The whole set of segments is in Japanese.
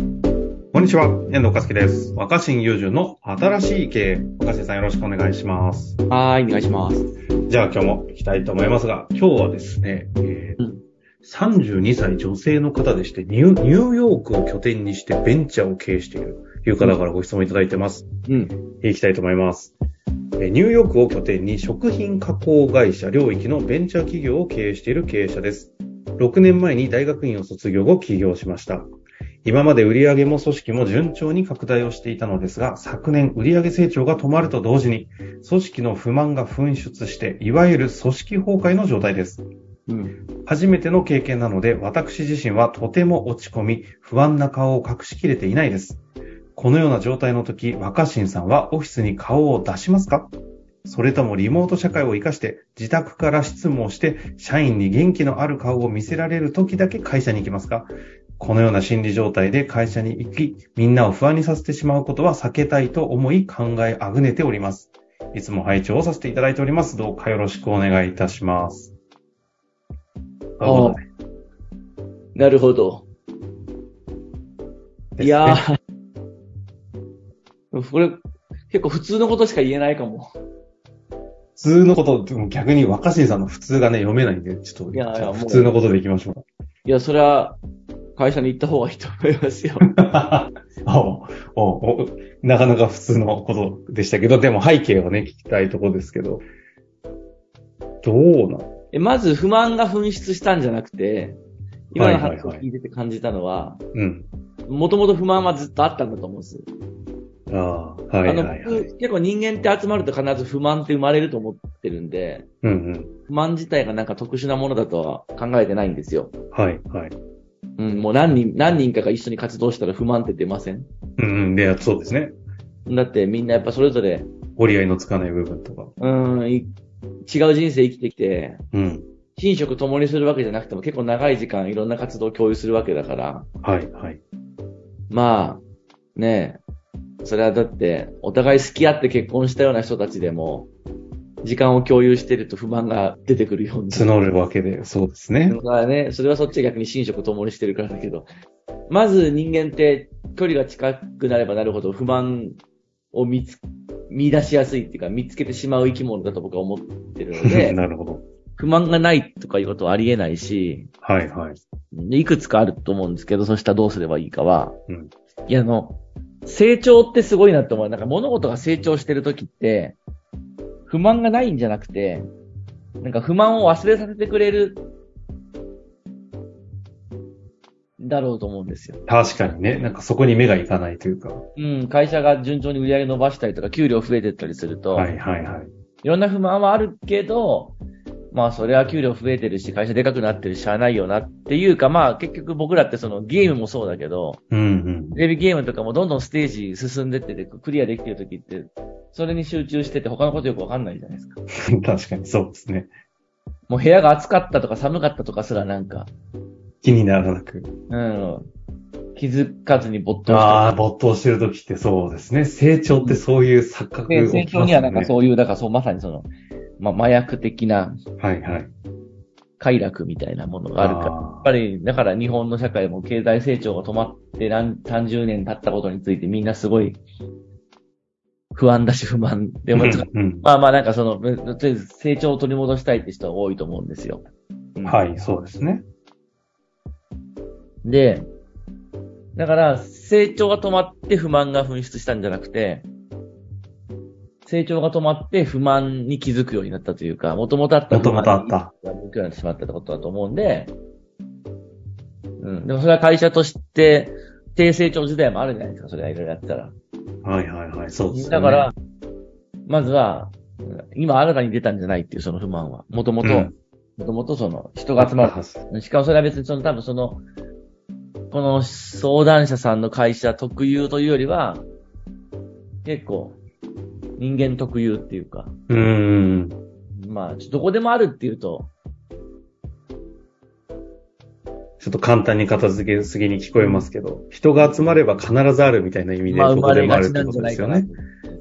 んにちは、遠藤和樹です。若新友人の新しい経営。若新さんよろしくお願いします。はーい、お願いします。じゃあ今日も行きたいと思いますが、今日はですね、えーうん32歳女性の方でしてニュ、ニューヨークを拠点にしてベンチャーを経営しているという方からご質問いただいてます。うん。いきたいと思います。えーニューヨークを拠点に食品加工会社領域のベンチャー企業を経営している経営者です。6年前に大学院を卒業後起業しました。今まで売上も組織も順調に拡大をしていたのですが、昨年売上成長が止まると同時に、組織の不満が噴出して、いわゆる組織崩壊の状態です。うん。初めての経験なので、私自身はとても落ち込み、不安な顔を隠しきれていないです。このような状態の時、若新さんはオフィスに顔を出しますかそれともリモート社会を活かして、自宅から執務をして、社員に元気のある顔を見せられる時だけ会社に行きますかこのような心理状態で会社に行き、みんなを不安にさせてしまうことは避けたいと思い考えあぐねております。いつも拝聴をさせていただいております。どうかよろしくお願いいたします。あーなるほど。いやー。 これ、結構普通のことしか言えないかも。普通のこと、でも逆に若新さんの普通がね、読めないんで、ちょっと、いやいやじゃあもう普通のことでいきましょう。いや、それは、会社に行った方がいいと思いま すよ。あ おおおなかなか普通のことでしたけど、でも背景はね、聞きたいとこですけど、どうなのえまず、不満が噴出したんじゃなくて、今の話をはいはいはい聞いてて感じたのは、うん。もともと不満はずっとあったんだと思うんです。ああ、はいあの、はいはい。僕結構人間って集まると必ず不満って生まれると思ってるんで、うん不満自体がなんか特殊なものだとは考えてないんですよ。うん。はいはい。うん、もう何人、何人かが一緒に活動したら不満って出ませんうんうん。で、そうですね。だってみんなやっぱそれぞれ、折り合いのつかない部分とか。うん、い違う人生生きてきて、うん。寝食共にするわけじゃなくても結構長い時間いろんな活動を共有するわけだから、はいはい。まあ、ねえ、それはだって、お互い好き合って結婚したような人たちでも、時間を共有してると不満が出てくるように。募るわけで、そうですね。だからね、それはそっちが逆に寝食共にしてるからだけど、まず人間って距離が近くなればなるほど不満を見つ、見出しやすいっていうか見つけてしまう生き物だと僕は思ってるの で、なるほど。不満がないとかいうことはありえないし、はいはい。でいくつかあると思うんですけど、そしたらどうすればいいかは、うんいや、あの、成長ってすごいなって思う。なんか物事が成長してる時って、不満がないんじゃなくて、なんか不満を忘れさせてくれる、だろうと思うんですよ。確かにね、なんかそこに目がいかないというか。うん、会社が順調に売り上げ伸ばしたりとか、給料増えてったりすると、はいはいはい。いろんな不満はあるけど、まあそれは給料増えてるし、会社でかくなってるし、しゃあないよなっていうか、まあ結局僕らってそのゲームもそうだけど、うんテレビゲームとかもどんどんステージ進んでってて、クリアできてる時って、それに集中してて他のことよくわかんないじゃないですか。うん。 確かにそうですね。もう部屋が暑かったとか寒かったとかすらなんか、気にならなく。うん、気づかずに没頭してるああ、没頭してる時ってそうですね。成長ってそういう錯覚で、成長にはなんかう。そういう、だからそうまさにその、まあ麻薬的なはいはい。快楽みたいなものがあるから、やっあぱり、だから日本の社会も経済成長が止まって何、何十年経ったことについてみんなすごい、不安だし不満で、ーまあうんまあまあなんかその、とりあえず成長を取り戻したいって人は多いと思うんですよ。うん。はい、そうですね。い。で、だから成長が止まって不満が噴出したんじゃなくて、成長が止まって不満に気づくようになったというか、もともとあったも不と満もにとあった。向くようになってしまったってことだと思うんで、うん。でもそれは会社として、低成長時代もあるじゃないですか、それはいろいろやったら。はいはいはい、そうですね。だか、ら、まずは、今新たに出たんじゃないっていうその不満は。もともうとん、もともとその人が集まはず。る。しかもそれは別にその多分その、この相談者さんの会社特有というよりは、結構、人間特有っていうか、うーん。まあ、ちょどこでもあるっていうと、ちょっと簡単に片付けすぎに聞こえますけど、人が集まれば必ずあるみたいな意味で、まあど生こまでれもあがるちってなんこじとゃでないすよかなね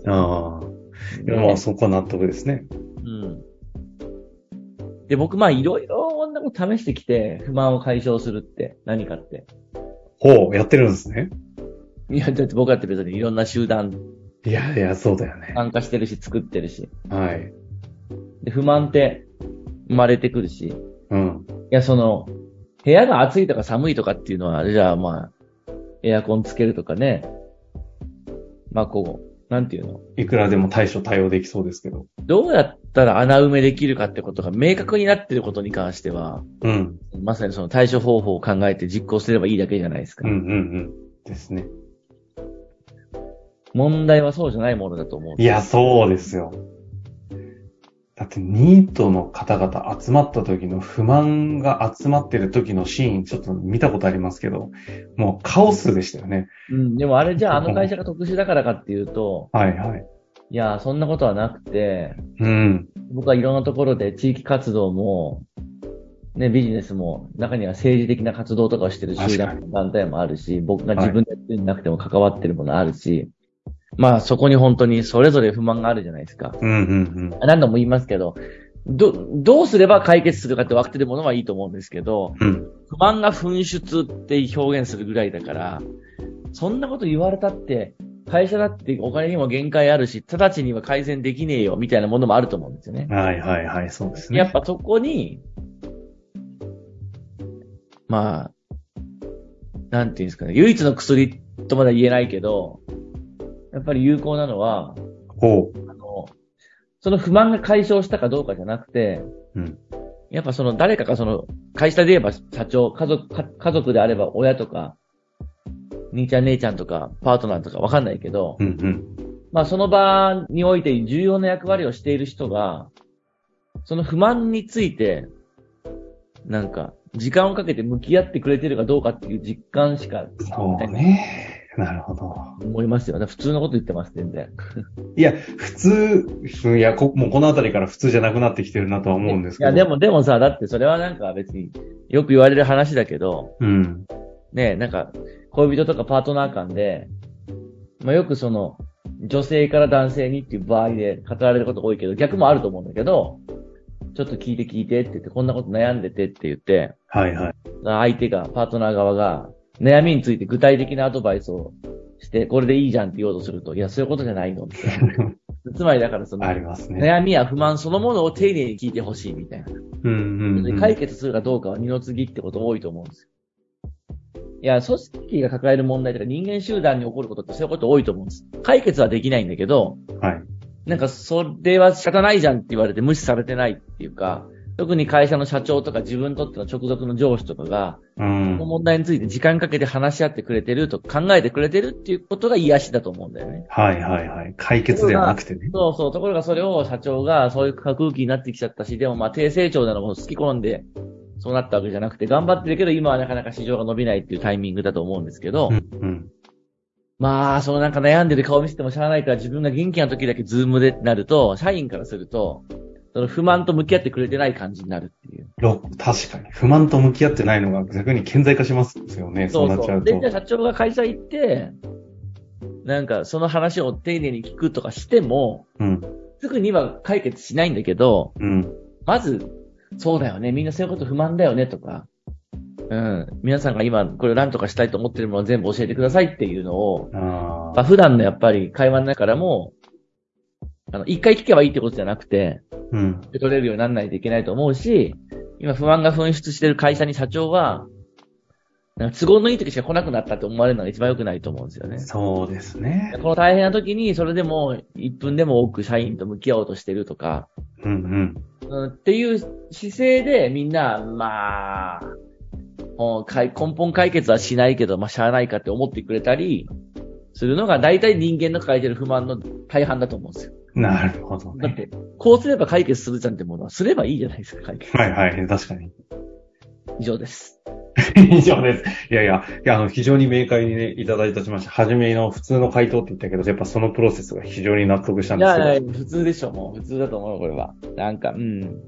と。。ああ。でもまあそこは納得ですね。うん。で、僕、まあ、いろいろ女を試してきて、不満を解消するって、何かって。ほう、やってるんですね。いや、だって僕だって別にいろんな集団いやいや、そうだよね。参加してるし、作ってるし。はい。で、不満って生まれてくるし。いうん。や、その、部屋が暑いとか寒いとかっていうのは、じゃあまあ、エアコンつけるとかね。まあこう、なんていうの。いくらでも対処対応できそうですけど。どうやったら穴埋めできるかってことが明確になってることに関しては、うん。まさにその対処方法を考えて実行すればいいだけじゃないですか。うんうんうん。ですね。問題はそうじゃないものだと思う。いや、そうですよ。だって、ニートの方々集まった時の不満が集まってる時のシーン、ちょっと見たことありますけど、もうカオスでしたよね。うん、でもあれじゃああの会社が特殊だからかっていうと、はいはい。いや、そんなことはなくて、うん。僕はいろんなところで地域活動も、ね、ビジネスも、中には政治的な活動とかをしてる集団確団体もあるし、僕が自分でやってなくても関わってるものあるし、まあそこに本当にそれぞれ不満があるじゃないですか。うんうん何度も言いますけど、ど、どうすれば解決するかって分けてるものはいいと思うんですけど、うん。うん。不満が噴出って表現するぐらいだから、そんなこと言われたって、会社だってお金にも限界あるし、直ちには改善できねえよ、みたいなものもあると思うんですよね。はいはいはい、そうですね。やっぱそこに、まあ、なんていうんですかね、唯一の薬とまだ言えないけど、やっぱり有効なのは、ほあの、その不満が解消したかどうかじゃなくて、うんやっぱその誰かがその、会社で言えば社長、家族、か家族であれば親とか、兄ちゃん姉ちゃんとか、パートナーとかわかんないけど、う。うんうん。まあその場において重要な役割をしている人が、その不満について、なんか、時間をかけて向き合ってくれてるかどうかっていう実感しかそうね。なるほど。思いますよね。普通のこと言ってます、全然。いや、普通、うんいや、こもうこのあたりから普通じゃなくなってきてるなとは思うんですけど。いや、で。も、でもさ、だってそれはなんか別によく言われる話だけど、うん。ねえ、なんか、恋人とかパートナー間で、まあよくその、女性から男性にっていう場合で語られること多いけど、逆もあると思うんだけど、ちょっと聞いて聞いてって言って、こんなこと悩んでてって言って、はいはい。相手が、パートナー側が、悩みについて具体的なアドバイスをして、これでいいじゃんって言おうとすると、いや、そういうことじゃない のみたいなつまりだからそのあ、りますね。悩みや不満そのものを丁寧に聞いてほしいみたいな。うんうん、うん。解決するかどうかは二の次ってこと多いと思うんですよ。いや、組織が抱える問題とか人間集団に起こることってそういうこと多いと思うんです。解決はできないんだけど、はい。なんかそれは仕方ないじゃんって言われて無視されてないっていうか、特に会社の社長とか自分にとっての直属の上司とかが、うこのん。問題について時間かけて話し合ってくれてるとか考えてくれてるっていうことが癒しだと思うんだよね。はいはいはい。解決ではなくてね。そうそう。ところがそれを社長がそういう空気になってきちゃったし、でもまあ低成長なのも好き好んで、そうなったわけじゃなくて、頑張ってるけど、今はなかなか市場が伸びないっていうタイミングだと思うんですけど、うんうん。まあ、そのなんか悩んでる顔見せてもしゃあないから、自分が元気な時だけズームでってなると、社員からすると、その不満と向き合ってくれてない感じになるっていう。ろ確かに。不満と向き合ってないのが逆に顕在化しますよね。そうなっちゃうと。で、じゃあ社長が会社行って、なんかその話を丁寧に聞くとかしても、うん。すぐには解決しないんだけど、うん。まず、そうだよね。みんなそういうこと不満だよねとか、うん。皆さんが今これを何とかしたいと思ってるものを全部教えてくださいっていうのを、あまあ、あ。普段のやっぱり会話の中からも、あの、一回聞けばいいってことじゃなくて、うん。受け取れるようにならないといけないと思うし、今不満が噴出してる会社に社長は、なんか都合のいい時しか来なくなったって思われるのが一番良くないと思うんですよね。そうですね。この大変な時に、それでも1分でも多く社員と向き合おうとしてるとか、うんうんっていう姿勢でみんな、まあ、もうかい根本解決はしないけど、まあ、しゃあないかって思ってくれたりするのが大体人間の抱えてる不満の大半だと思うんですよ。うん。なるほどだっね。て、こうすれば解決するじゃんってものは、すればいいじゃないですか、解決。はいはい。確かに。 以上です。以上です。いやいや、いやあの非常に明快にね、いただいたしました。初めの普通の回答って言ったけど、やっぱそのプロセスが非常に納得したんいですけど。やいや、普通でしょ、もう。普通だと思う、これは。なんか、うん。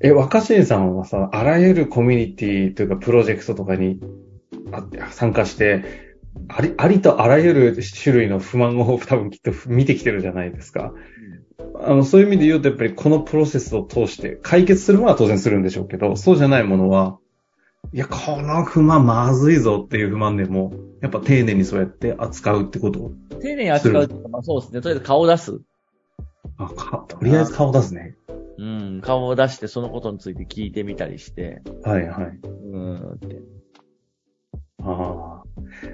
え、若新さんはさ、あらゆるコミュニティというかプロジェクトとかにあ参加して、あり、ありとあらゆる種類の不満を 多分きっと見てきてるじゃないですか。あの、そういう意味で言うと、やっぱりこのプロセスを通して解決するものは当然するんでしょうけど、そうじゃないものは、いや、この不満まずいぞっていう不満でも、やっぱ丁寧にそうやって扱うってこと丁寧に扱うっていうか、まあそうですね。とりあえず顔を出す。あか、とりあえず顔出すね。うん。顔を出して、そのことについて聞いてみたりして、はいはい。うんって。ああ。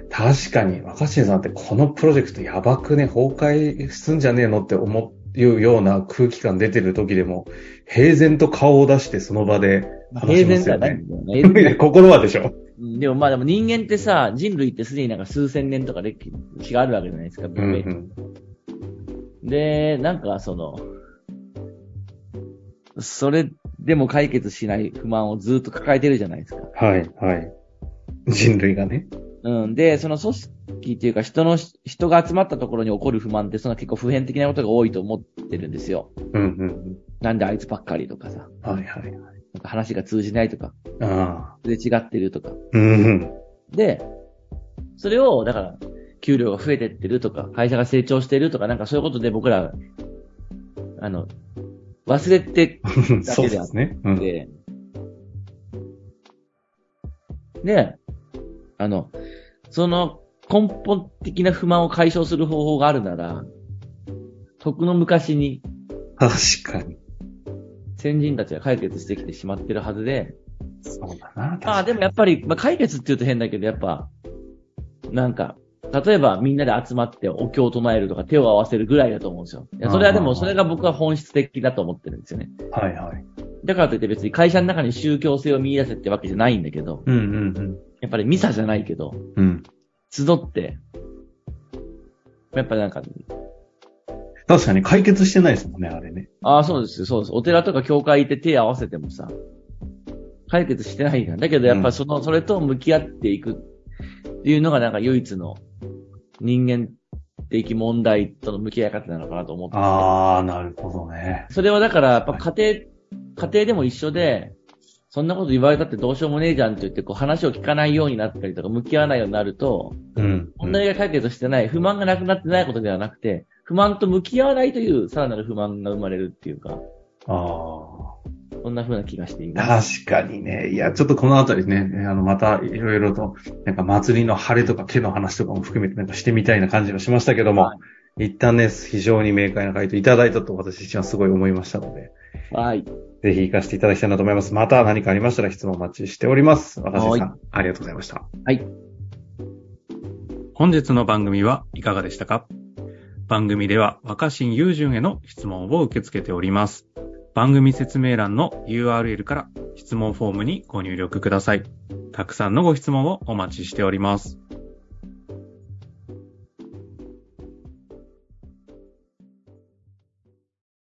確かに、若新さんってこのプロジェクトやばくね、崩壊すんじゃねえのって思うような空気感出てる時でも、平然と顔を出してその場で話し平ま然すでよはないね。んだよね。平 然心はでしょうんでもまあでも人間ってさ、人類ってすでになんか数千年とか歴史があるわけじゃないですか。うんうん。で、なんかその、それでも解決しない不満をずっと抱えてるじゃないですか。はいはい。人類がね。うん。で、その組織っていうか人の、人が集まったところに起こる不満って、その結構普遍的なことが多いと思ってるんですよ。うんうんなんであいつばっかりとかさ、うん。はいはい。なんか話が通じないとか、ああ。すれ違ってるとか。うんうん。で、それを、だから、給料が増えてってるとか、会社が成長してるとか、なんかそういうことで僕ら、あの、忘れてそうですね。うん。て、で、あの、その根本的な不満を解消する方法があるなら、とっくの昔に確かに。先人たちが解決してきてしまってるはずで、そうだな。まあでもやっぱり、まあ、解決って言うと変だけど、やっぱ、なんか、例えばみんなで集まってお経を唱えるとか手を合わせるぐらいだと思うんですよ。いやそれはでうんうんうも、んそれが僕は本質的だと思ってるんですよね。はいはい。だからといって別に会社の中に宗教性を見出せってわけじゃないんだけど、うんうんやっぱりミサじゃないけど、うん。うん。集って、やっぱなんか、確かに解決してないですもんね、あれね。ああ、そうですよ、そうです。お寺とか教会行って手合わせてもさ、解決してないじゃん。だけどやっぱその、それと向き合っていくっていうのがなんか唯一の人間的問題との向き合い方なのかなと思って。ああ、なるほどね。それはだからやっぱ家庭、家庭でも一緒で、そんなこと言われたってどうしようもねえじゃんって言ってこう話を聞かないようになったりとか向き合わないようになると、うん。問題が解決してない、不満がなくなってないことではなくて、不満と向き合わないというさらなる不満が生まれるっていうか、あそんな風な気がしています。あ。確かにね。いや、ちょっとこのあたりね、あの、またいろいろと、なんか祭りの晴れとか手の話とかも含めてなんかしてみたいな感じがしましたけども、は一旦ね、非常に明快な回答いただいたと私自身はすごい思いましたので、はい。ぜひ活かしていただきたいなと思います。また何かありましたら質問お待ちしております。若新さん、ありがとうございました。本日の番組はいかがでしたか番組では若新雄純への質問を受け付けております。番組説明欄の URL から質問フォームにご入力ください。たくさんのご質問をお待ちしております。